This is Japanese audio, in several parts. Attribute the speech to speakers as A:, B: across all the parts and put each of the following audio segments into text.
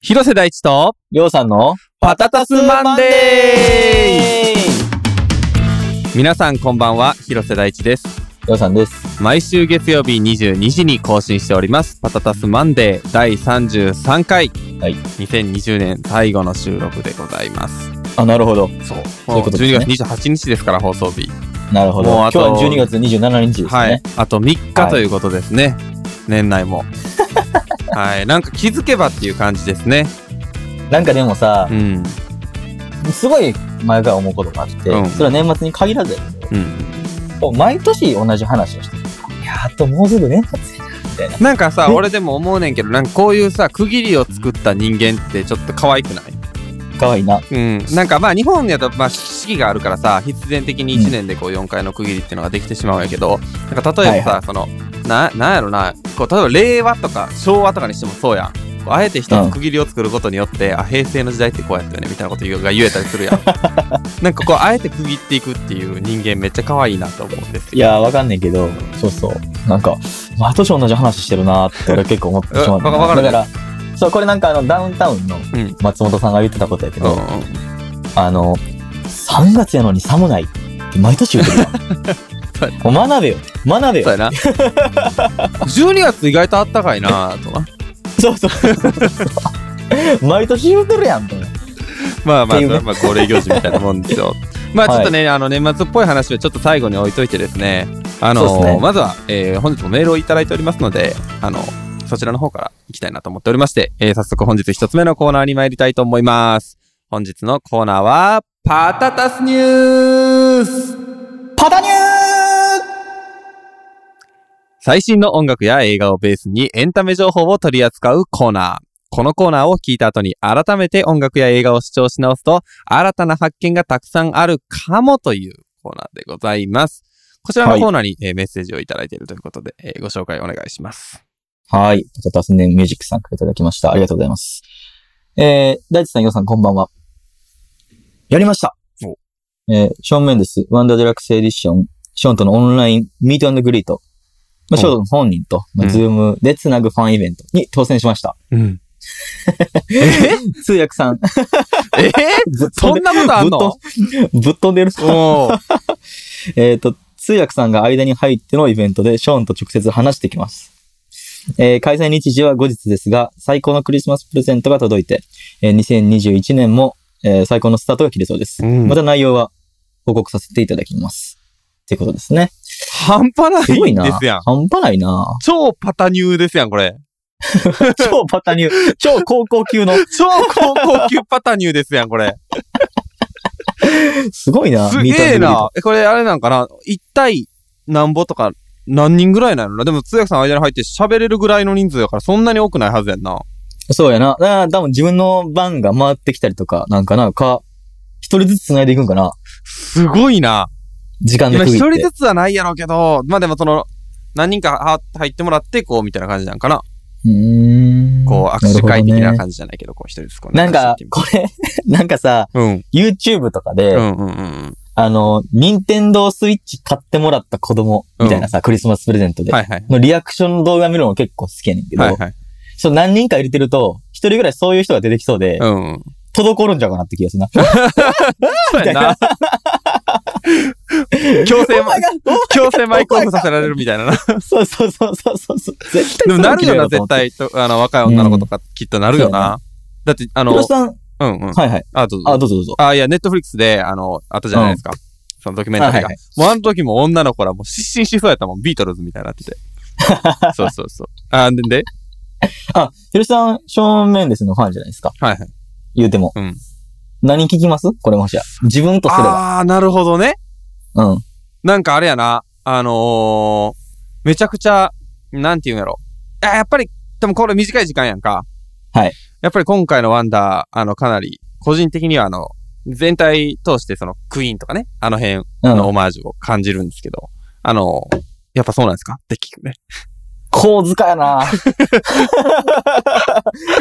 A: 広瀬大地と
B: りょうさんの
A: パタタスマンデー皆さんこんばんは、広瀬大地です。
B: ーりょうさんです。
A: 毎週月曜日22時に更新しております、パタタスマンデー第33回。
B: はい
A: 2020年最後の収録でございます。
B: あ、なるほど。
A: そう。
B: そういうことですね
A: 12月28日ですから、放送日。
B: なるほど。
A: もう
B: 今
A: あ
B: 日
A: と
B: は12月27日ですね。
A: はい。あと3
B: は
A: 日
B: い
A: ということですね。年内 も。はい。なんか気づけばっていう感じですね。
B: なんかでもさ
A: う、ん。
B: すごい前から思うことがあって、
A: うん
B: それは年末に限らずやけ
A: うん。
B: ど、毎年同じ話をしてる。いやー、あともうすぐ年末やな、みたいな。
A: なんかさ
B: ね
A: 俺でも思うねんけどなんかこういうさ区切りを作った人間ってちょっと可愛くない
B: かわいいな。
A: うんなんかまあ日本やとまあ四季があるからさ必然的に1年でこう4回の区切りっていうのができてしまうんやけどなんか例えばさ、
B: は
A: そのななんやろなこう例えば令和とか昭和とかにしてもそうやんこうあえて一つ区切りを作ることによって、あ平成の時代ってこうやったよねみたいなことが言えたりす るやんなんかこうあえて区切っていくっていう人間めっちゃ可愛いなと思うんですよ
B: いやー、わかんねえけど、そうそう。なんか、毎年同じ話してるなーって俺結構思ってしまう
A: うんわかる
B: だから、そう、これなんかあの、ダウンタウンの
A: うん
B: 松本さんが言ってたことやけ
A: う
B: ど、
A: んうん
B: あの、3月やのに寒ないって毎年言うてる
A: そう
B: やんもう学べよ。学べよ
A: そう。やな 12月意外とあったかいなとか
B: そうそうそうそう。 毎年言うてるやんと思って。
A: まあま
B: っ
A: あ、
B: ていうね
A: まあまあ恒例行事みたいなもんですよ まあちょっとね、あの年末っぽい話をちょっと最後に置いといてですねあ
B: そ
A: の
B: うですね
A: まずは、えー本日もメールをいただいておりますのであのそちらの方からいきたいなと思っておりまして、えー早速本日一つ目のコーナーに参りたいと思います本日のコーナーはパタタスニュース
B: パタニュー
A: 最新の音楽や映画をベースにエンタメ情報を取り扱うコーナー。このコーナーを聞いた後に改めて音楽や映画を視聴し直すと新たな発見がたくさんあるかもというコーナーでございます。こちらのコーナーに、えーメッセージをいただいているということで、えーご紹介お願いします。
B: はい。パタスネミュージックさんからいただきました。ありがとうございます。えー、大地さん、ようさん、こんばんは。やりました
A: お
B: えー、ショーン・メンデス、ワンダーデラックスエディション、ショーンとのオンライン、ミートグリート、まあ、ショーンの本人と、ま
A: う
B: あ、
A: ん
B: ズームでつなぐファンイベントに当選しました。
A: うん。え
B: 通訳さん、
A: え
B: ぶっ
A: そ
B: 飛
A: ん
B: んで
A: なことあんの
B: ぶっ飛んでる。
A: おー
B: えっ、と、通訳さんが間に入ってのイベントでショーンと直接話してきます。えー開催日時は後日ですが、最高のクリスマスプレゼントが届いて、えー2021年も、えー最高のスタートが切れそうです。
A: うん
B: また内容は報告させていただきます。ってことですね。
A: 半端
B: すご
A: ないいん
B: な。
A: ですやん。。
B: 半端ないな
A: 超パタニューですやん、これ。
B: 超パタニュー、超高校級の、
A: 超高校級パタニューですやん、これ。
B: すごいな。
A: す
B: ミートア
A: げ
B: ンドグ
A: え
B: リート
A: な。え、これあれなんかな ?1 対なんぼとか何人ぐらいなのなでも通訳さん間に入って喋れるぐらいの人数やからそんなに多くないはずやんな。
B: そうやな。だから多分自分の番が回ってきたりとか、なんかな、か、一人ずつ繋いでいくんかな。
A: すごいな。
B: 時間で
A: 今
B: 区切
A: 一
B: って。
A: 人ずつはないやろうけど、まあでもその、何人かは入ってもらって、こう、みたいな感じなんかな。
B: うーん
A: こう、握手会的
B: るほど
A: な
B: ね
A: 感じじゃないけど、こう、一人ずつこう。
B: なんか、こ れ、なんかさ、
A: うん。
B: YouTube とかで、
A: うんうんうん。
B: あの、任天堂スイッチ買ってもらった子供みたいなさ、クリスマスプレゼントで、
A: はいはい。
B: のリアクションの動画見るの結構好きやねんけど、
A: はいはい。
B: そう何人か入れてると、一人ぐらいそういう人が出てきそうで、
A: うんうん。
B: 滞るんじゃうかなって気がするな。
A: そうやな。強制、強制マイクオフさせられるみたいなな。
B: そうそうそうそうそうそう。絶
A: で
B: 対
A: もなるよな、
B: そういう
A: 絶
B: の着れ
A: 対。とあの、若い女の子とか、きっとなるよな。だって、あの、
B: よう
A: う
B: と思って。
A: んうん
B: 黒。さん、はいはい。
A: あ、どうぞ
B: あ、どうぞどうぞ。
A: あ、いや、ネットフリックスで、あの、あったじゃないですか。そのドキュメンタリーが。
B: あはい
A: もうあの時も女の子らもう失神しそうやったもん。ビートルズみた いになってて。そうそうそう。あ、で、で
B: あ、ヒロシさん、ショーン・メンデスのファンじゃないですか。
A: はいはい。
B: 言うても。
A: うん
B: 何聞きますこれもしや。自分とすれば。
A: あー、なるほどね。
B: うん。
A: なんかあれやな。あのー、めちゃくちゃ、なんて言うんやろ。あやっぱり、でもこれ短い時間やんか。
B: はい。
A: やっぱり今回のワンダー、あの、かなり、個人的にはあの、全体通してその、クイーンとかね、あの辺
B: うん
A: のオマージュを感じるんですけど、あの、やっぱそうなんですかって聞くね。
B: 構図か やな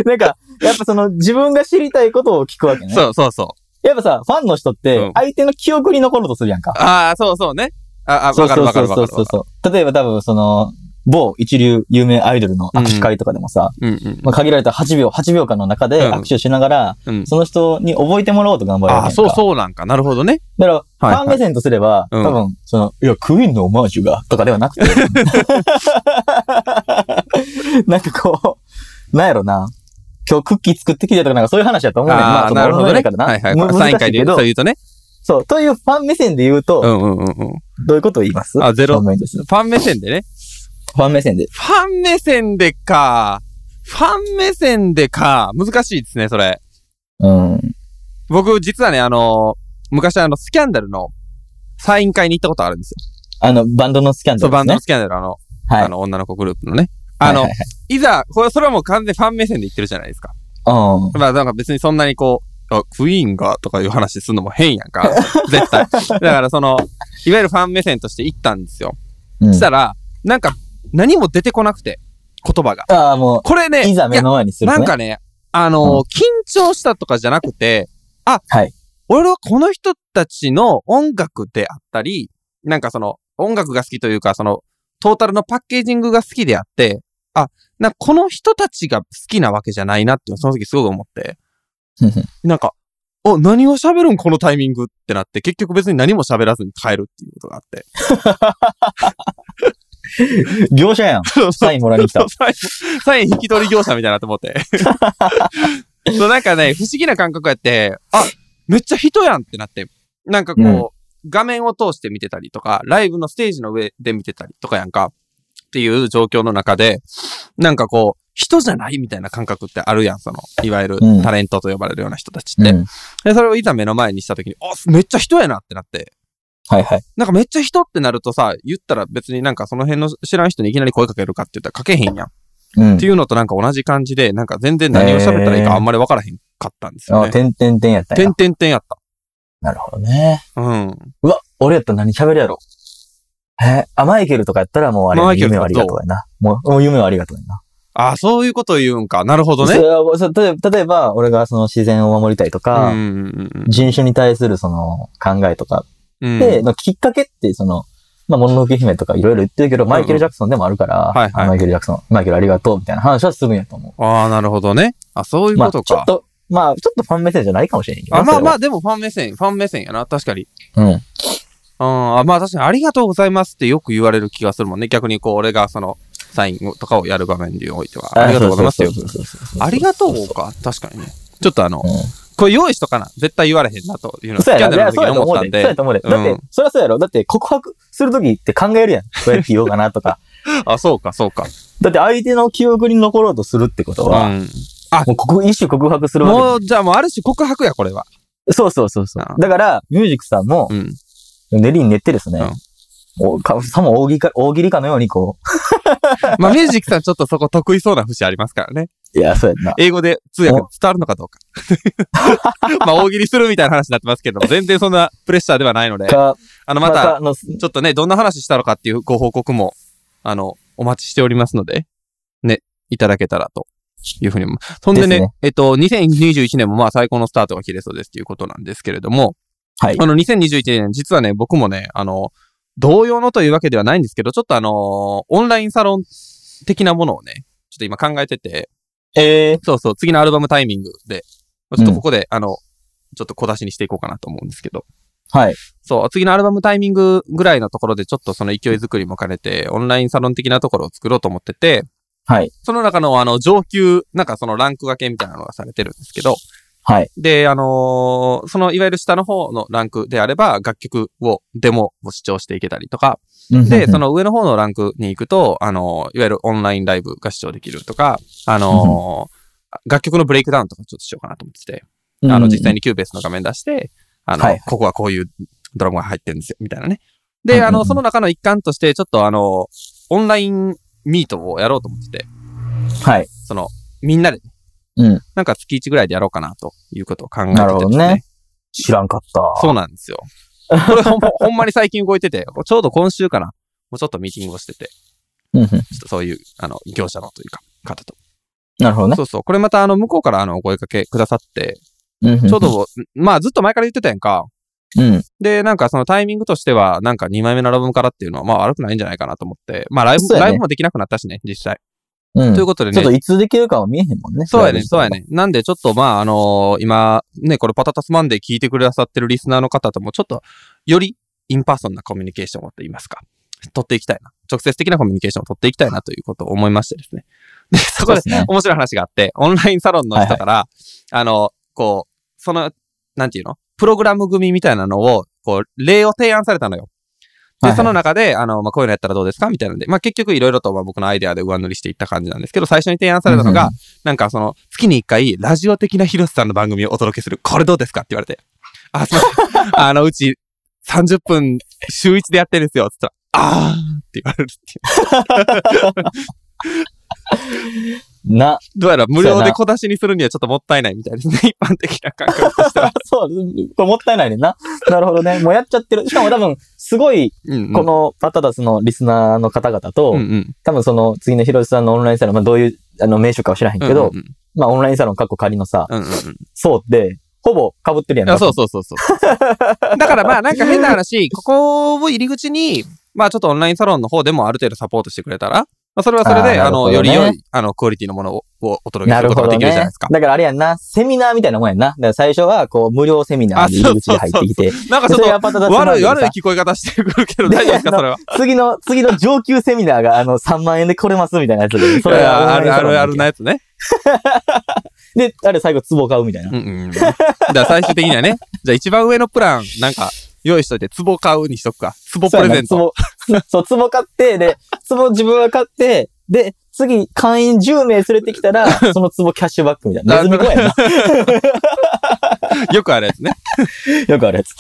B: なんか、やっぱその自分が知りたいことを聞くわけね。
A: そうそうそう。
B: やっぱさ、ファンの人っ
A: う
B: て
A: ん
B: 相手の記憶に残るとするやんか。
A: ああ、そうそうね。ああ、
B: そう
A: わかる
B: そう
A: わか
B: そ
A: る
B: う
A: わ
B: そ
A: かる
B: う
A: わか
B: そう
A: る。
B: そう。例えば多分その、某一流有名アイドルの握手会とかでもさ、
A: うんうん。
B: まあ、限られた8秒、8秒間の中で
A: うん
B: 握手しながら、
A: うん、
B: その人に覚えてもらおうと頑張るわ
A: ああ、
B: けやんか
A: そうそうなんか。なるほどね。
B: だから、フ
A: はいはい
B: ァン目線とすれば、
A: うん
B: 多分、その、いや、クイーンのオマージュが、とかでは なくて、なんかこう、なんやろな、今日クッキー作ってきてとか、なんかそういう話だと思うねん。ま
A: あ
B: あ、
A: あ、
B: その
A: なるほど
B: 俺
A: ね。
B: もやからな。
A: はいはい。
B: む
A: サイン
B: 難し
A: 会
B: い
A: で
B: け
A: そう
B: ど、
A: 言うとね。
B: そう、というファン目線で言うと、
A: うんうんうんうん。
B: どういうことを言います
A: あゼロ
B: 正面です
A: ファン目線でね。
B: ファン目線で。
A: ファン目線でか。ファン目線でか。難しいですね、それ。
B: うん。
A: 僕、実はね、あの、昔あの、スキャンダルのサイン会に行ったことあるんですよ。
B: あの、バンドのスキャンダ
A: そう、
B: ルで
A: バ
B: す
A: ンド
B: ね
A: の。スキャンダル、あの、
B: はい
A: あの、女の子グループのね。あの、
B: はい
A: いざ、これ、それはもう完全にファン目線で言ってるじゃないですか。
B: はいはいうん。
A: まあ、なんか別にそんなにこう、あクイーンがとかいう話するのも変やん か。絶対。だからその、いわゆるファン目線として行ったんですよ。
B: うん
A: したら、なんか、何も出てこなくて、言葉が。
B: ああ、も
A: これね、
B: う、いざ目の前にす
A: い
B: る
A: や
B: と
A: なん
B: ね。
A: かね、あのー
B: うん
A: 緊張したとかじゃなくて、あ、
B: はい
A: 俺はこの人たちの音楽であったり、なんかその、音楽が好きというか、その、トータルのパッケージングが好きであって、あ、なんかこの人たちが好きなわけじゃないなっていうのをその時すごく思 って、なんか、お、何を喋るんこのタイミングってなって、結局別に何も喋らずに帰るっていうことがあって。
B: 業者やん。サインもらいに 来た。
A: サイン、サイン引き取り業者みたいなと思 って。そう、なんかね、不思議な感覚やって、あ、めっちゃ人やんってなって、なんかこう、
B: うん
A: 画面を通して見てたりとか、ライブのステージの上で見てたりとかやんか、っていう状況の中で、なんかこう、人じゃないみたいな感覚ってあるやん、その、いわゆる
B: うん
A: タレントと呼ばれるような人たち
B: う
A: って。
B: ん。
A: で、それをいざ目の前にした時に、あ、めっちゃ人やなってなって、
B: はいはい。
A: なんかめっちゃ人ってなるとさ、言ったら別になんかその辺の知らん人にいきなり声かけるかって言ったらかけへんやん。
B: うん
A: って。いうのとなんか同じ感じで、なんか全然何を喋ったらいいかあんまり分からへんかったんですよ
B: あ、
A: ね。
B: てんてんてんやったん
A: て
B: や
A: ん。てんてんやっ
B: なるほどね。
A: た。うん。
B: うわ、俺やったら何喋るやろ。えー、あ、マイケルとかやったらもうあれ
A: マ、イケル
B: 夢
A: とか
B: はありがとうやな。もう、もう夢はありがとうやな。
A: ああ、そういうこと言うんか。なるほどね。
B: そうそう例えば、例えば俺がその自然を守りたいと
A: う
B: か、
A: ん。
B: 人種に対するその考えとか
A: うん。
B: で、のきっかけって、その、まあ、もののけ姫とかいろいろ言ってるけど、マイケル・ジャクソンでもあるから、
A: はいはい
B: あマイケル・ジャクソン、マイケルありがとうみたいな話はするんやと思。
A: ああ、なるほどね。あ、そういうう
B: ま
A: こ
B: あ、ち
A: と
B: ょっ
A: か。
B: と、まあ、ちょっとファン目線じゃないかもしれんけど。
A: あ、まあま
B: あ、
A: あ、でもファン目線、ファン目線やな。確かに。
B: うん。
A: うん。あまあ確かに、ありがとうございますってよく言われる気がするもんね。逆にこう、俺がその、サインをとかをやる場面においては。ありがとうございますってよく
B: そうそうそうそう
A: ありがとうか。確かにね。ちょっとあの
B: う、ん
A: これ用意しとかな。絶対言われへんなというのをスキ
B: そう
A: ャン
B: や
A: ダ
B: な。
A: ルの
B: いや、
A: 時
B: そう
A: に
B: やと
A: 思っ
B: 思
A: た
B: うんで。そう
A: で
B: や。と思うで。だっ
A: う
B: て
A: ん、
B: そりゃそうやろ。だって、告白するときって考えるやん。どうやって言おうかなと か。
A: あ、そうか、そうか。
B: だって、相手の記憶に残ろうとするってことは、
A: うん。
B: もう告一種告白するわ
A: もう、じゃあもうある種告白や、これは。
B: け。そうそうそうそう。だから、ミュージックさんも、
A: うん。
B: 練りに練ってですね、おかさも大喜利か大喜利かのようにこ
A: まあ、ミュージックさんちょっとそこ得意そうな節ありますからね。
B: う、いや、そうやんな。
A: 英語で通訳伝わるのかどう か。まあ、大喜利するみたいな話になってますけども、全然そんなプレッシャーではないので、
B: か、
A: あの、
B: ま
A: ま
B: た、
A: た、
B: あの、
A: ちょっとね、どんな話したのかっていうご報告も、あの、お待ちしておりますので、ね、いただけたらと。いうふうに思う。そんでね、
B: ですね
A: えっと、2021年もまあ最高のスタートが切れそうですということなんですけれども、
B: はい
A: あ。の、2021年、実はね、僕もね、あの、同様のというわけではないんですけど、ちょっとあの、オンラインサロン的なものをね、ちょっと今考えてて、
B: えー、
A: そうそう、次のアルバムタイミングで、ちょっとここで、あの、ちょっと小出しにしていこうかなと思うんですけど、
B: はい。
A: そう、次のアルバムタイミングぐらいのところで、ちょっとその勢いづくりも兼ねて、オンラインサロン的なところを作ろうと思ってて、
B: はい。
A: その中のあの、上級、なんかそのランク分けみたいなのがされてるんですけど、
B: はい。
A: で、あのーそのいわゆる下の方のランクであれば、楽曲を、デモを視聴していけたりとか、で、そ
B: の、
A: の上の方のランクに行くと、あのーいわゆるオンラインライブが視聴できるとか、あのー楽曲のブレイクダウンとかちょっとしようかなと思ってて、あの、実際
B: に。
A: にキューベースの画面出して、あの、
B: はい
A: ここはこういうドラムが入ってるんですよ、みたいなね。
B: うん
A: で、
B: うんうん
A: あの、その中の一環として、ちょっとあの、オンラインミートをやろうと思ってて、
B: はい。
A: その、みんなで、
B: うん
A: なんか月1ぐらいでやろうかな、ということを考えてて、
B: なるほどね。知らんかった。
A: そうなんですよ。これほんまほんまに最近動いて て、ちょうど今週かな。もうちょっとミーティングをしてて、
B: うんうん
A: ちょっとそういう、あの、業者のというか、方と。
B: なるほどね。
A: そうそう。これまた、あの、向こうから、あの、お声掛けくださって、
B: ち
A: ちょう、ど、まあ、ずっと前から言ってたやんか。
B: うん。
A: で、なんかそのタイミングとしては、なんか2枚目のアルバムからっていうのは、まあ悪くないんじゃないかなと思って、まあライブ、
B: そうやね
A: ライブもできなくなったしね、実際。
B: うん。
A: という
B: ち
A: ことで
B: ょっと
A: ね。
B: いつできるかは見えへんもんね。
A: そうやね、そうや。ね。なんでちょっとまああのー今、ね、これパタタスマンデー聞いてくださってるリスナーの方とも、ちょっとよりインパーソンなコミュニケーションをと言いますか、取っていきたいな。直接的なコミュニケーションを取っていきたいなということを思いましてですね。で、そこ
B: そう
A: で
B: ですね。
A: 面白い話があって、オンラインサロンの人から、あの、こう、その、なんていうのプログラム組みたいなのを、こう、例を提案されたのよ。で、
B: はいはい
A: その中で、あの、まあ、こういうのやったらどうですかみたいなんで、まあ、結局いろいろと、まあ、僕のアイデアで上塗りしていった感じなんですけど、最初に提案されたのが、
B: うんう
A: なんかその、月に一回、ラジオ的な広瀬さんの番組をお届けする。これどうですかって言われて。あ、すいませ ん。あの、うち30分、週1でやってるんですよ。つったら、あーって言われるっていう。
B: な、
A: どうやら無料で小出しにするにはちょっともったいないみたいですね。 一般的な感覚として は。
B: そう、これもったいないねんな。なるほどね。もうやっちゃってる。しかも多分、すごい、
A: うん、うん。
B: このパタダスのリスナーの方々と、
A: うんうん、
B: 多分その次のヒロシさんのオンラインサロン、まあどういう、あの、名称かは知らへんけど、
A: うんうん
B: まあオンラインサロン過去仮のさ、
A: うんうんうん
B: そうって、ほぼ被ってるやん
A: あそうそうそうそう。 だからまあなんか変な話、 ここを入り口に、まあちょっとオンラインサロンの方でもある程度サポートしてくれたら、まあそれはそれで、あ
B: あーなるほ
A: の、
B: どね
A: より良い、あの、クオリティのものををお届け
B: な
A: する
B: る
A: こと
B: ほ
A: が
B: ど
A: できるじゃない
B: ね
A: ですか。。
B: だからあれやんな、セミナーみたいなもんやんな。だから最初は、こう、無料セミナーの入り口で入ってきて、
A: なんかち
B: で
A: ょ
B: それ
A: っ
B: がパタダ
A: と
B: ス
A: 悪い、
B: なんで
A: 悪い
B: さ
A: 聞こえ方してくるけど、大丈夫ですか、
B: で
A: それは。
B: 次の、次の上級セミナーが、あの、3万円で来れますみたいなやつで、それ
A: い
B: がオン
A: やあ
B: ライン
A: る
B: サ
A: あ
B: ロン
A: る
B: な
A: あ
B: ん
A: る
B: で
A: なやつね。
B: で、あれ最後、壺買うみたいな
A: う。んうん。だから最終的にはね、じゃあ一番上のプラン、なんか、用意しといて、壺買うにしとくか。壺プレゼント。
B: そうやな。壺そう、 壺買っ て、で、壺自分が買って、で、次、会員10名連れてきたら、 その壺キャッシュバックみたいな。ネズミ子やな。
A: よくあるやつね。
B: よくあるやつ。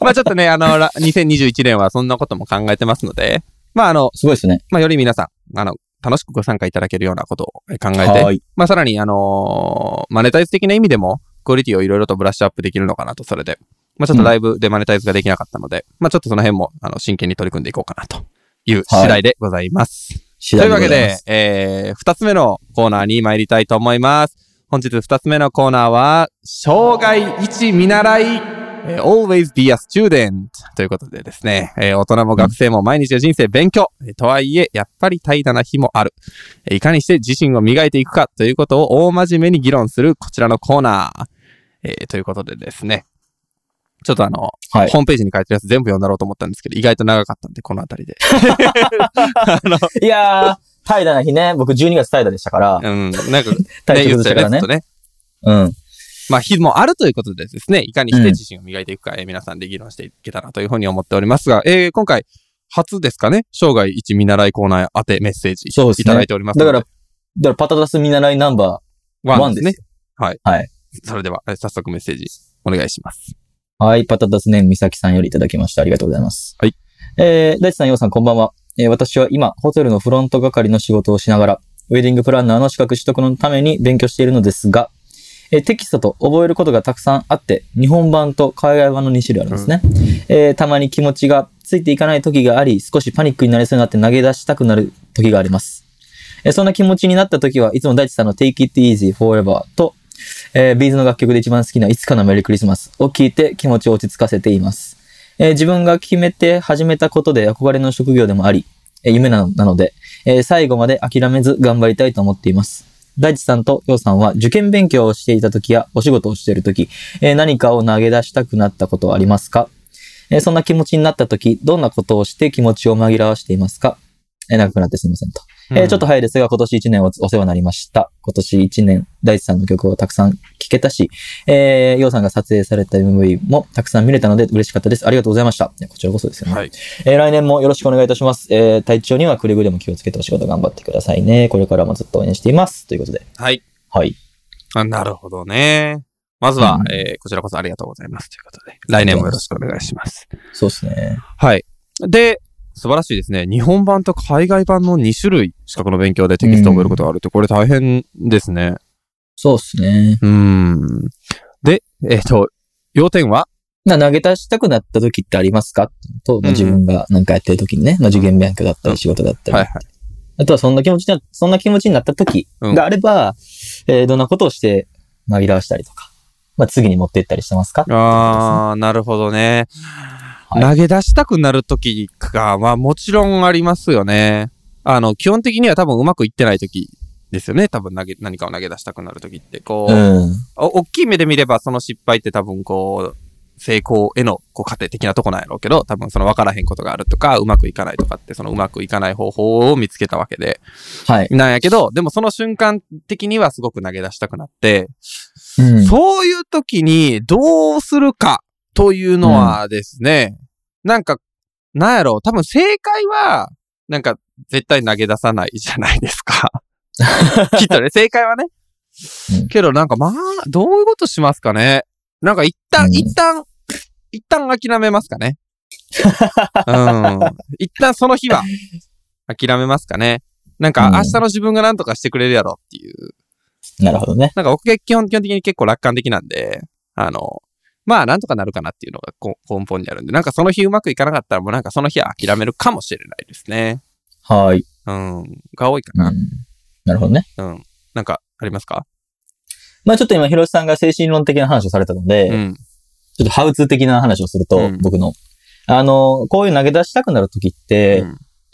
A: まあちょっとね、あの、ら2021年はそんなことも考えてますので、まああの、
B: すごいですね。
A: まあより皆さん、あの、楽しくご参加いただけるようなことをえ考え
B: は
A: て、
B: ーい。
A: まあさらに、あのーマネタイズ的な意味でも、クオリティをいろいろとブラッシュアップできるのかなと、それで。まあちょっとライブでマネタイズができなかったので、まあちょっとその辺も、あの、真剣に取り組んでいこうかなという次第でございます。
B: と
A: というわけで、、えー、二つ目のコーナーに参りたいと思います。本日二つ目のコーナーは、生涯一見習い、えー always be a student ということでですね、えー大人も学生も毎日の人生勉強、えーとはいえ、やっぱり怠惰な日もある、えーいかにして自身を磨いていくかということを大真面目に議論するこちらのコーナー、えーということでですね、ちょっとあの、
B: はい。
A: ホームページに書いてるやつ全部読んだろうと思ったんですけど、意外と長かったんで、このあたり で。あの、
B: いやー、怠惰な日ね。僕12月怠惰でしたから、
A: うん、なんか、
B: 体
A: ね、
B: 調
A: 言っ
B: 崩
A: て
B: した
A: た
B: か
A: よ
B: ら
A: ね、
B: ね
A: ずっと。ね。
B: うん。
A: まあ、日もあるということでですね、いかにし
B: うん
A: て自身を磨いていくか、えー皆さんで議論していけたらというふうに思っておりますが、えー今回、初ですかね、生涯一見習いコーナー宛てメッセージ
B: そうですね
A: いただいております
B: だ
A: ので。
B: から、だからパタダス見習いナンバ
A: ワン
B: ワン
A: で
B: ですす
A: ね
B: よ。
A: はい。
B: はい。
A: それでは、えー早速メッセージ、お願いします。
B: ー。はい。パタダスネームみさきさんよりいただきました。ありがとうございます。
A: はい。
B: えー、大地さん、ようさん、こんばんは。えー、私は今、ホテルのフロント係の仕事をしながら、ウェディングプランナーの資格取得のために勉強しているのですが、えーテキストと覚えることがたくさんあって、日本版と海外版の2種類あるんですね。えーたまに気持ちがついていかない時があり、少しパニックになりそうになって投げ出したくなる時があります。えーそんな気持ちになった時はいつも大地さんの Take It Easy Forever と、えービーズの楽曲で一番好きないつかのメリークリスマスを聴いて気持ちを落ち着かせています。えー自分が決めて始めたことで憧れの職業でもあり、えー夢ななので、えー最後まで諦めず頑張りたいと思っています。大地さんとようさんは受験勉強をしていた時やお仕事をしている時、えー何かを投げ出したくなったことはありますかえーそんな気持ちになった時、どんなことをして気持ちを紛らわしていますかえー長くなってすみませんと。えーちょっと早いですが、今年1年おお世話になりました。今年1年、大地さんの曲をたくさん聴けたし、えー、ようさんが撮影された MV もたくさん見れたので嬉しかったです。ありがとうございました。いやこちらこそですよね。
A: はい。
B: えー来年もよろしくお願いいたします。えー体調にはくれぐれも気をつけてお仕事頑張ってくださいね。これからもずっと応援しています。ということで。
A: はい。
B: はい。
A: あなるほどね。まずは、
B: うん
A: えーこちらこそありがとうございますということで、来年もよろしくお願いします。
B: そうですね。
A: はい。で、素晴らしいですね。日本版と海外版の2種類、資格の勉強でテキストを覚えることがあるって、これ大変ですね。
B: そうですね。
A: うん。で、えっ、と、要点は、
B: な投げ出したくなった時ってありますかと、まあ
A: うん
B: 自分がなんかやってる時にね、まあ受験勉強だったり仕事だったり。
A: はいはい。
B: あとはそんな気持ちな、そんな気持ちになった時
A: うん
B: があれば、えーどんなことをして紛らわしたりとか、まあ、次に持って行ったりしてますか
A: ああ、なるほどね。
B: はい
A: 投げ出したくなる時が、まあもちろんありますよね。あの、基本的には多分うまくいってない時ですよね。多分投げ、何かを投げ出したくなる時って、こう、
B: うん。
A: お大きい目で見ればその失敗って多分こう、成功へのこう過程的なとこなんやろうけど、多分その分からへんことがあるとか、うまくいかないとかって、そのうまくいかない方法を見つけたわけで。
B: はい。
A: なんやけど、でもその瞬間的にはすごく投げ出したくなって、
B: うん。
A: そういう時にどうするかというのはですね、なんか、なんやろう、多分正解は、なんか絶対投げ出さないじゃないです か。きっとね、正解はね
B: うん。
A: けどなんかまあ、どういうことしますかね。なんか一旦、
B: うん
A: 一旦、一旦諦めますかね。うん。一旦その日は諦めますかね。なんか
B: うん
A: 明日の自分が何とかしてくれるやろっていう
B: なるほどね。
A: なんか僕が基本基本的に結構楽観的なんで、あの、まあなんとかなるかなっていうのがこ根本にあるんで、なんかその日うまくいかなかったらもうなんかその日は諦めるかもしれないですね。
B: はい。
A: うん。が多いか
B: う
A: な。
B: ん。なるほどね。
A: うん。なんかありますか
B: まあちょっと今、ヒロシさんが精神論的な話をされたので、
A: うん。
B: ちょっとハウツー的な話をすると、
A: うん
B: 僕の。あの、こういう投げ出したくなるときって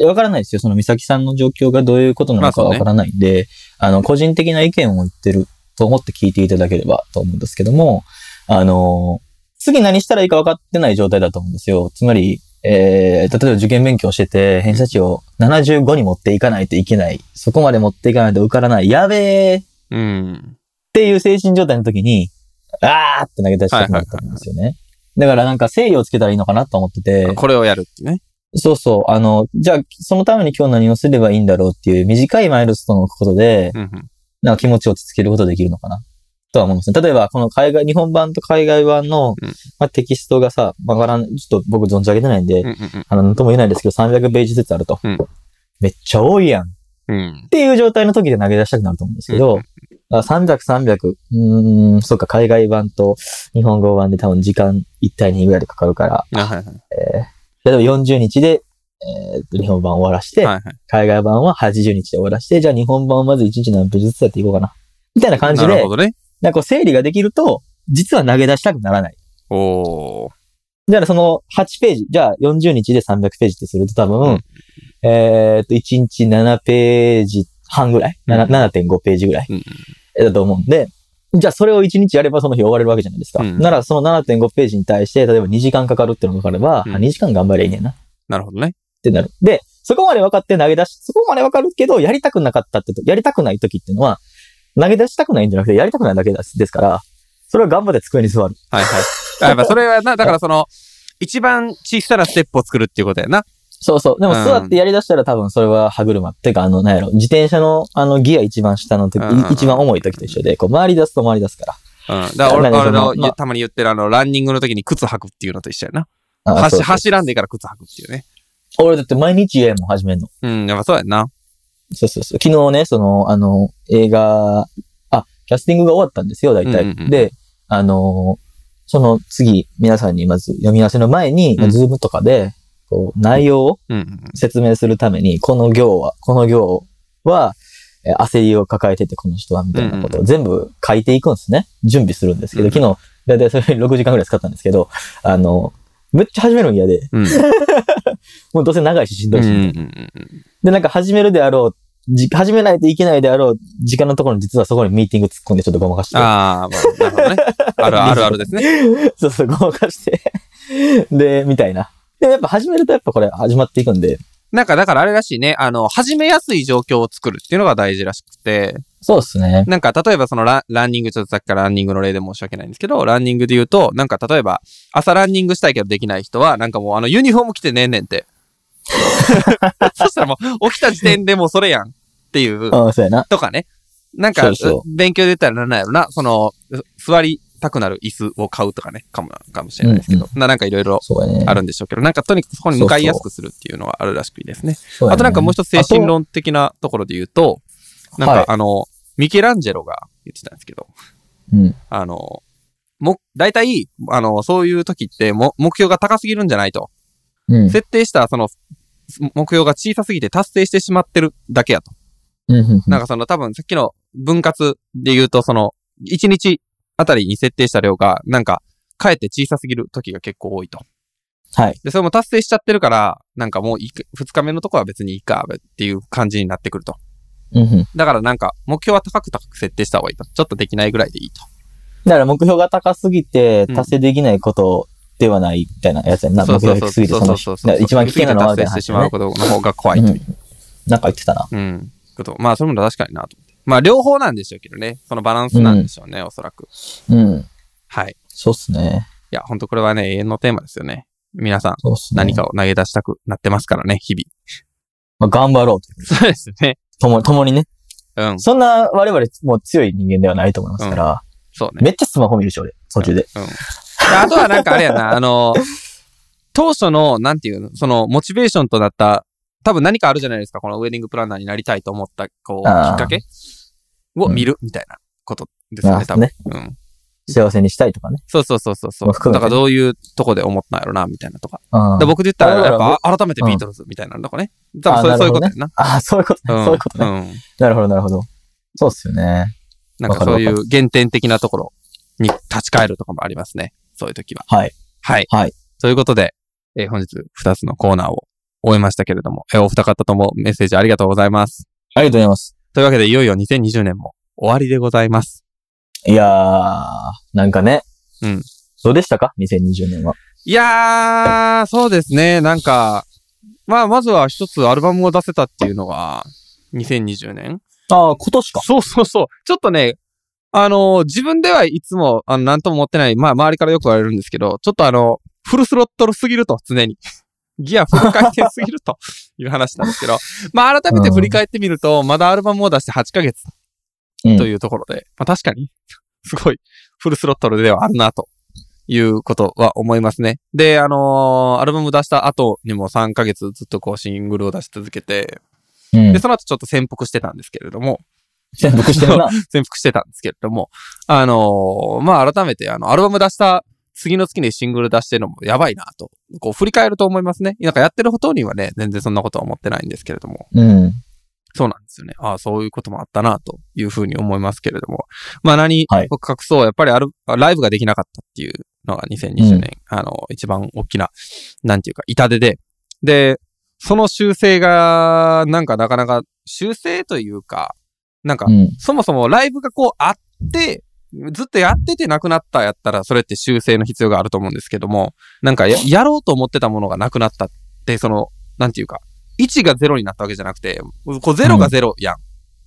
A: う、ん
B: わからないですよ。その美咲さんの状況がどういうことなのか
A: まあそう
B: わ
A: ね
B: からないんで、あの、個人的な意見を言ってると思って聞いていただければと思うんですけども、あの、次何したらいいか分かってない状態だと思うんですよ。つまり、えー、例えば受験勉強してて、偏差値を75に持っていかないといけない。そこまで持っていかないと受からない。やべーっ
A: うん。
B: ていう精神状態の時に、あーって投げ出したくなると思うんですよね。だからなんか誠意をつけたらいいのかなと思ってて。
A: これをやるっていうね。
B: そうそう。あの、じゃあ、そのために今日何をすればいいんだろうっていう短いマイルストーンを置くことで、
A: うんうん。
B: なんか気持ちを落ち着けることできるのかな。とは思うんですね。例えば、この海外、日本版と海外版
A: う
B: の、
A: ん
B: まあ、テキストがさ、わからん、ちょっと僕存じ上げてないんで、
A: うんうん
B: あの、なんとも言えないですけど、300ページずつあると。
A: うん
B: めっちゃ多いやん。っ
A: うん。うん。
B: ていう状態の時で投げ出したくなると思うんですけど、
A: う
B: あ300、300。うーん、そうか、海外版と日本語版で多分時間1対2ぐらいでかかるから、
A: あはいはい
B: 例えば40日で、えーっと、日本版終わらして、
A: はいはい。
B: 海外版は80日で終わらして、じゃあ日本版をまず1日何ページずつやっていこうかな。みたいな感じ
A: なる
B: で
A: ほ、どね。
B: なんかこう整理ができると、実は投げ出したくならない。
A: おー。
B: じゃあその8ページ、じゃあ40日で300ページってすると多分、えーっと、1日7ページ半ぐらい、
A: う
B: 7
A: ん
B: 7.5ページぐらい
A: うん
B: だと思うんで、じゃあそれを1日やればその日終われるわけじゃないですか。
A: うん
B: ならその7.5ページに対して、例えば2時間かかるってのがかかれば、
A: うん
B: あ2時間頑張ればいいねんな。
A: なるほどね。
B: ってなる。で、そこまで分かって投げ出し、そこまで分かるけど、やりたくなかったってと、やりたくない時っていうのは、投げ出したくないんじゃなくて、やりたくないだけですですから、それは頑張って机に座る。
A: はいはい。あやっぱそれ はな、だからその、一番小さなステップを作るっていうことやな。
B: そうそう。でも
A: うん
B: 座ってやり出したら多分それは歯車っていうか、あの、なんやろ、自転車のあのギア一番下の時、
A: うん
B: い一番重い時と一緒で、こう回り出すと回り出すから。
A: うん。だから
B: だから
A: 俺俺
B: その
A: の、
B: まあ
A: たまに言ってるあの、ランニングの時に靴履くっていうのと一緒やな。
B: あ
A: は
B: そう
A: し走らんでいいから靴履くっていうね。
B: 俺だって毎日家も始めるの。
A: うん、やっぱそうやんな。
B: そうそうそう。昨日ね、その、あの、映画、あ、キャスティングが終わったんですよ、大体。
A: うんうんうん
B: で、あの、その次、皆さんにまず読み合わせの前に、
A: うん
B: ズームとかで、こう、内容を
A: うんうん。
B: 説明するために、この行は、この行は、えー焦りを抱えてて、この人は、みたいなことを全部書いていくんですね。準備するんですけど、
A: うん
B: 昨日、だいたいそれ6時間ぐらい使ったんですけど、あの、めっちゃ始めるの嫌で、
A: うん。
B: もうどうせ長いししん
A: う
B: ど
A: ん
B: いし、
A: う
B: みたいなんで、なんか始めるであろう、じ始めないといけないであろう、時間のところに実はそこにミーティング突っ込んでちょっとごまかして。
A: ああ、まあ、なるほどね。あるあるあるですね。
B: そうそう、ごまかして。 で、みたいな。で、やっぱ始めるとやっぱこれ始まっていくんで。
A: なんか、だからあれらしいね。あの、始めやすい状況を作るっていうのが大事らしくて。
B: そうですね。
A: なんか、例えばそのランランニング、ちょっとさっきからランニングの例で申し訳ないんですけど、ランニングで言うと、なんか例えば、朝ランニングしたいけどできない人は、なんかもうあの、ユニフォーム着てねんねん って。そしたらもう、起きた時点でもうそれやんっていう。
B: うん、そうやな。
A: とかね。なんか、
B: そうそ
A: 勉強で言ったらなんなんやろな。その、う座りたくなる椅子を買うとかね、かも、かもしれないですけど。ななんかいろいろ
B: そうやね。
A: あるんでしょうけど、なんかとにかくそこに向かいやすくするっていうのはあるらしくいいですね。
B: そうやね
A: あとなんかもう一つ精神論的なところで言うと、なん
B: はい
A: かあの、ミケランジェロが言ってたんですけど、
B: うん。
A: あの、も、大体、あの、そういう時っても、目標が高すぎるんじゃないと。
B: うん。
A: 設定した、その、目標が小さすぎて達成してしまってるだけやと。
B: うん。うん
A: なんかその多分さっきの分割で言うとその、一日あたりに設定した量が、なんか、かえって小さすぎる時が結構多いと。
B: はい。
A: で、それも達成しちゃってるから、なんかもういいか二日目のとこは別にいいかっていう感じになってくると。
B: うんうん。
A: だからなんか、目標は高く高く設定した方がいいと。ちょっとできないぐらいでいいと。
B: だから目標が高すぎて
A: うん
B: 達成できないことではないみたいなやつやんな。目
A: そうそう
B: 標が
A: そう
B: 低すぎて
A: そう
B: そ
A: そ
B: の、
A: うそうそう
B: だから一番危険なのはみた
A: 低
B: い
A: すぎて達成してし
B: な話だ
A: まう
B: ね。
A: ことの方が怖いという。
B: なんか言ってたな。
A: うん。こと。まあ、それも確かになと思って。まあ、両方なんでしょうけどね。そのバランスなんでしょうね、おそらく。
B: うん。
A: はい。い
B: そうっすね。
A: や、ほんとこれはね、永遠のテーマですよね。皆さん、
B: そうっすね。
A: 何かを投げ出したくなってますからね、日々。
B: まあ、頑張ろうと。
A: そうですね。
B: 共に、共にね。
A: うん。
B: そんな我々もう強い人間ではないと思いますから、
A: そう ね。
B: めっちゃスマホ見るし、俺。途中で。
A: うん。であとはなんかあれやな、あの、当初の、なんていうの、その、モチベーションとなった、多分何かあるじゃないですか、このウェディングプランナーになりたいと思った、こう、きっ
B: あー
A: かけを
B: うん
A: 見る、みたいなことです
B: ま
A: よね、
B: あ
A: 多分。
B: ね、
A: うん。
B: 幸せにしたいとかね。
A: そうそうそうそうそ
B: ま
A: う。
B: あ含め
A: だ
B: て
A: からどういうとこで思ったんやろな、みたいなとか。
B: あ
A: で僕で言ったら、
B: だか
A: や
B: ら
A: っぱ、あ改めて
B: うん
A: ビートルズみたいなのとかね。多分そ
B: あ
A: れ、
B: ー
A: そういうこと
B: な
A: や
B: る
A: な。
B: あ、そういうことね。
A: ん
B: そういうことね。
A: うん。
B: なるほど、なるほど。そうっすよね。
A: なんか
B: わかる
A: そうい
B: わ
A: う原点的なところに立ち返るとかもありますね。そういう時は。
B: はい。
A: はい。
B: はい。
A: ということで、えー本日2つのコーナーを終えましたけれども、えーお二方ともメッセージありがとうございます。
B: ありがとうございます。
A: というわけで、いよいよ2020年も終わりでございます。
B: いやー、なんかね。
A: うん。
B: どうでしたか ?2020 年は。
A: いやー、そうですね。なんか、まあ、まずは一つアルバムを出せたっていうのは、2020年
B: ああ、今年か。
A: そうそうそう。ちょっとね、あのー自分ではいつも、あの、なんとも思ってない、まあ、周りからよく言われるんですけど、ちょっとあの、フルスロットルすぎると、常に。 ギアフル回転すぎると いう話なんですけど、まあ、改めて振り返ってみると、まだアルバムを出して8ヶ月
B: うん
A: というところで、まあ、確かに、すごい、フルスロットルではあるな、ということは思いますね。で、あのーアルバム出した後にも3ヶ月ずっとこう、シングルを出し続けて、
B: うん
A: で、。その後ちょっと潜伏してたんですけれども、
B: 潜伏してる な。
A: 潜伏してたんですけれども、あのーまあ、改めて、あの、アルバム出した、次の月にシングル出してるのもやばいなと、こう振り返ると思いますね。なんかやってることにはね、全然そんなことは思ってないんですけれども、
B: うん。
A: そうなんですよね。ああ、そういうこともあったなというふうに思いますけれども、まあ何、
B: はい
A: 僕隠そう、やっぱりある、ライブができなかったっていうのが2020年、あの、一番大きな、なんていうか、痛手で、で、その修正が、なんかなかなか、修正というか、なんか
B: う、ん。
A: そもそもライブがこうあって、ずっとやっててなくなったやったら、それって修正の必要があると思うんですけども、なんかややろうと思ってたものがなくなったって、その、なんていうか、1が0になったわけじゃなくて、こう0が0や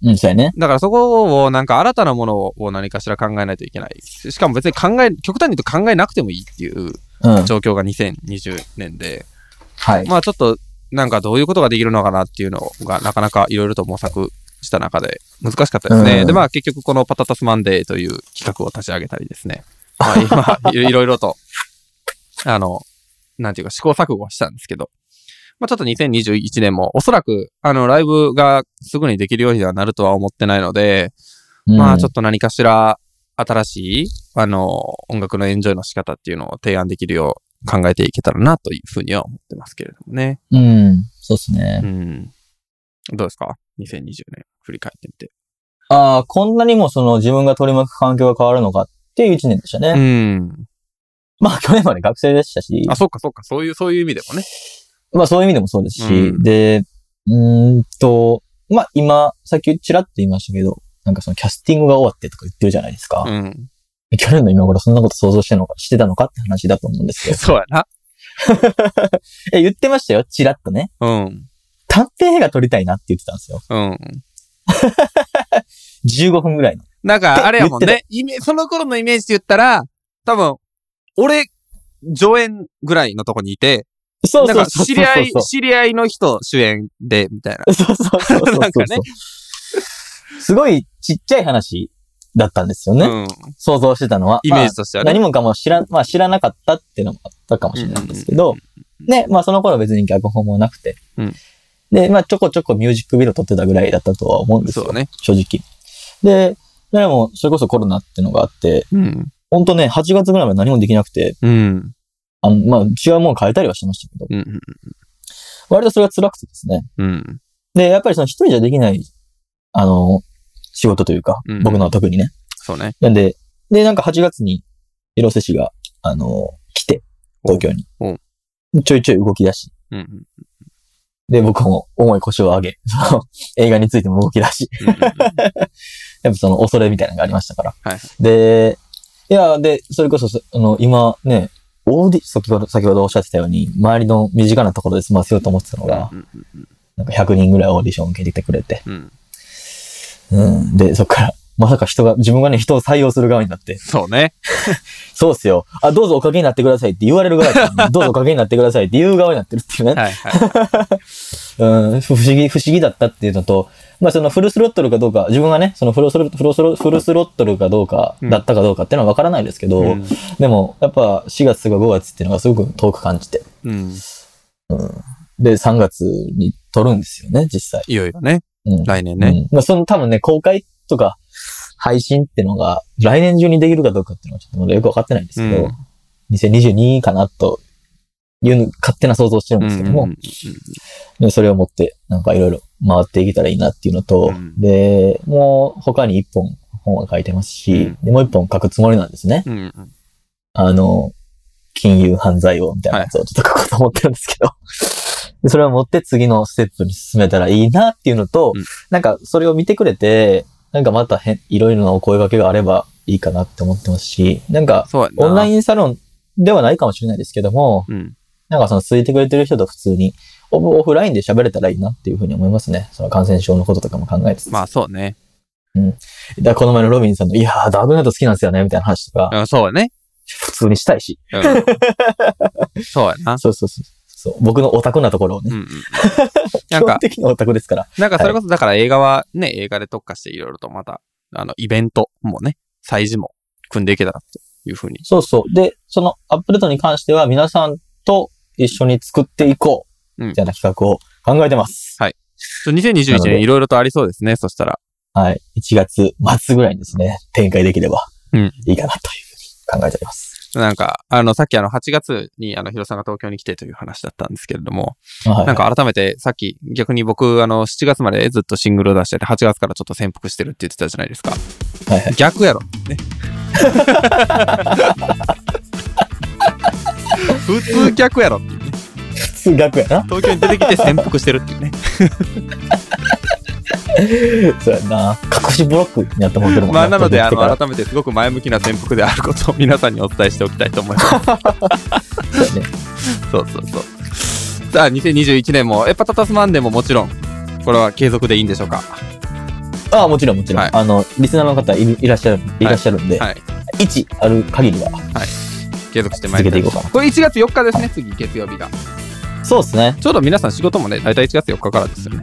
A: ん。
B: うん、そうやね。
A: だからそこをなんか新たなものを何かしら考えないといけない。しかも別に考え、極端に言うと考えなくてもいいっていう
B: うん。
A: 状況が2020年で、
B: はい。
A: まあちょっとなんかどういうことができるのかなっていうのがなかなかいろいろと模索した中で難しかったですね。
B: うん
A: で、まあ結局このパタタスマンデーという企画を立ち上げたりです ね。まあ今いろいろと、あの、なんていうか試行錯誤はしたんですけど、まあちょっと2021年もおそらくあのライブがすぐにできるようにはなるとは思ってないので、まあちょ
B: っ
A: っと何かしら新しい、あの、音楽のエンジョイの仕方っていうのを提案できるよう考えていけたらなというふうには思ってますけれどもね。
B: と。うん。そうっすね
A: う。ん。どうですか ?2020 年振り返ってみて。
B: ああ、こんなにもその自分が取り巻く環境が変わるのかっていう一年でしたね。
A: うん。
B: まあ、去年まで学生でしたし
A: あ、、そうかそうか。そういう、そういう意味でもね。
B: まあそういう意味でもそうですし、
A: うん
B: で、うーんと、まあ今、さっきちらっと言いましたけど、なんかそのキャスティングが終わってとか言ってるじゃないですか。
A: うん。
B: 去年の今頃そんなこと想像してんのか、してたのかって話だと思うんですけど。
A: そうやな。
B: え、言ってましたよ、ちらっとね。
A: うん。
B: 短編映画撮りたいなって言ってたんですよ。
A: うん。
B: 15分ぐらいの。
A: なんか、あれやもん
B: 言っ
A: ね。イメその頃のイメージで言ったら、多分、俺、上演ぐらいのとこにいて、
B: そうそう
A: なん
B: そ
A: か
B: う そうそう。
A: 知り合い、知り合いの人主演で、みたいな。
B: そうそうそうそうそう。
A: なんかね
B: すごいちっちゃい話だったんですよね。
A: うん。
B: 想像してたのは。
A: イメージとして
B: まあ
A: はね。
B: 何もかも知らん、まあ知らなかったっていうのもあったかもしれないんですけど、ね、まあその頃は別に脚本もなくて、
A: うん
B: で、まあちょこちょこミュージックビデオ撮ってたぐらいだったとは思うんです
A: そ
B: よ
A: う、ね。
B: 正直。で、でも、それこそコロナっていうのがあって、
A: うん。
B: ほんとね、8月ぐらいまで何もできなくて、
A: うん。
B: あの、まあ違うもん変えたりはしてましたけど、
A: うん。
B: 割とそれが辛くてですね。
A: うん。
B: で、やっぱりその一人じゃできない、あの、仕事というか、
A: うん
B: 僕のは特にね。
A: そうね。
B: なんで、で、なんか8月に、広瀬氏が、あの、来て、東京に
A: お。
B: ちょいちょい動き出し。
A: うんうんうん
B: で、僕も重い腰を上げ、 その、映画についても動き出し。
A: うん
B: やっぱその恐れみたいなのがありましたから。
A: はい
B: で、いや、で、それこそ、そあの、今ね、オーディ、先ほど、先ほどおっしゃってたように、周りの身近なところで済ませようと思ってたのが、
A: うん
B: なんか100人ぐらいオーディション受けてきてくれて、
A: うんうん
B: うん。で、そっから、まさか人が、自分がね、人を採用する側になって、
A: そうね。
B: そうっすよ。あ、どうぞおかげになってくださいって言われる側だったのに どうぞおかげになってくださいって言う側になってるっていうね。
A: はいは
B: うん、不思議、不思議だったっていうのと、まあそのフルスロットルかどうか、自分がね、そのフルスロフルスロフルスロットルかどうかだったかどうかっていうのは分からないですけど、
A: い。うん
B: でもやっぱ4月とか5月っていうのがすごく遠く感じて、
A: うん。
B: で、3月に撮るんですよね、実際。
A: いよいよね。
B: うん。
A: 来年ね。
B: うんまあその多分ね、公開とか配信っていうのが来年中にできるかどうかっていうのはちょっとまだよく分かってないんですけど、
A: うん
B: 2022かなというの勝手な想像をしてるん
A: う
B: で
A: ん
B: すけ
A: う
B: ど
A: ん
B: も、
A: うん
B: で、それを持って、なんかいろいろ回っていけたらいいなっていうのと、
A: うん
B: で、もう他に一本本は書いてますし、
A: うん
B: で、もう一本書くつもりなんですね。
A: うんうん
B: あの、金融犯罪をみたいなやつをちょっと書こうと思ってるんですけど、でそれを持って次のステップに進めたらいいなっていうのと、
A: うん
B: なんかそれを見てくれて、なんかまた変いろいろなお声掛けがあればいいかなって思ってますし、なんか
A: そうやな。
B: オンラインサロンではないかもしれないですけども、
A: うん。
B: なんかその続いてくれてる人と普通にオフオフラインで喋れたらいいなっていうふうに思いますね。その感染症のこととかも考えて
A: まあそうね。
B: だからこの前のロビンさんの、いやー、ダークナイト好きなんですよね、みたいな話とか、
A: うんそうやね。
B: 普通にしたいし。
A: うんそうやな。
B: そうそうそう。そう僕のオタクなところを
A: うん
B: ね。
A: うんうんなん
B: 基本
A: か、
B: 的にオタクですから。
A: なんかそれこそだから映画はね、映画で特化していろいろとまた、あの、イベントもね、催事も組んでいけたらっていうふうに。
B: そうそう。で、そのアップデートに関しては皆さんと一緒に作っていこう、
A: うん
B: みたいな企画を考えてます。
A: ちょ2021
B: なの
A: 年
B: で
A: いろいろとありそうですね、そしたら。
B: はい。1月末ぐらいにですね、展開できれば
A: うん
B: いいかなというふうに考えております。
A: なんか、あの、さっきあの、8月にあの、ヒロさんが東京に来てという話だったんですけれども、
B: はい
A: なんか改めてさっき逆に僕、あの、7月までずっとシングルを出してて、8月からちょっと潜伏してるって言ってたじゃないですか。
B: はいはい
A: 逆やろ。 ね。普通逆やろっていうね
B: 普通楽やな。
A: 東京に出てきて潜伏してるっていうね。
B: そうやんな。隠しブロックになってもってるもん
A: まあ、なので、あ
B: 東京
A: の、
B: 来
A: 改めてすごく前向きな潜伏であることを皆さんにお伝えしておきたいと思います。
B: て からそうやね
A: そうそうそう。さあ、2021年も、エパタタスマンデーももちろん、これは継続でいいんでしょうか。
B: ああ、もちろんもちろん。
A: はい
B: あの、リスナーの方いるいらっしゃる、いらっしゃるんで、
A: はい。
B: 一ある限りは。
A: 継続してまいりたい
B: 続けていこうか
A: これ1月4日ですね、次、月曜日が。
B: そうですね。
A: ちょうど皆さん仕事もね、大体1月4日からですよね。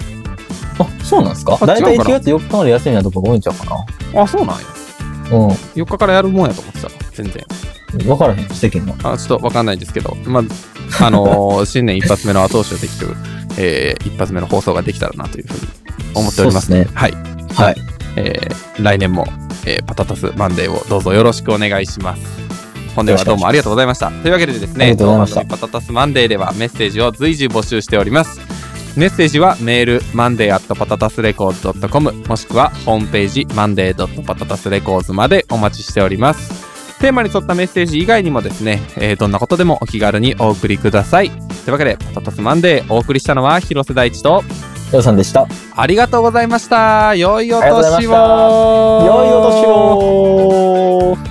B: あ、そうなんですか
A: あ
B: だいた
A: 違う
B: い
A: かな
B: 1月4日まで休みなとこが多いんちゃうか
A: あ、そうなんや。
B: な。う
A: 4日からやるもんやと思ってたわ全然。
B: ん。わからへん、世間が。
A: あ、ちょっとわかんないんですけど、まあ、あ のー新年一発目の後押しをできる、えー一発目の放送ができたらなというふうに思っております。
B: そうっす
A: はい。
B: はい。
A: えー来年も、えーパタタスマンデーをどうぞよろしくお願いします。本年はどうもありがとうございました。というわけでです
B: あり
A: ね、
B: がとうござい
A: 当
B: ま
A: 番
B: した
A: 組パタタスマンデーではメッセージを随時募集しております。メッセージはメール、monday.patatasrecords.com もしくはホームページ、monday.patatasrecords までお待ちしております。テーマに沿ったメッセージ以外にもですね、えーどんなことでもお気軽にお送りください。というわけで、パタタスマンデーお送りしたのは広瀬大地と、
B: ようさんでした。良い
A: ありがとうございました。良いお年を
B: ありがとうございましたお年を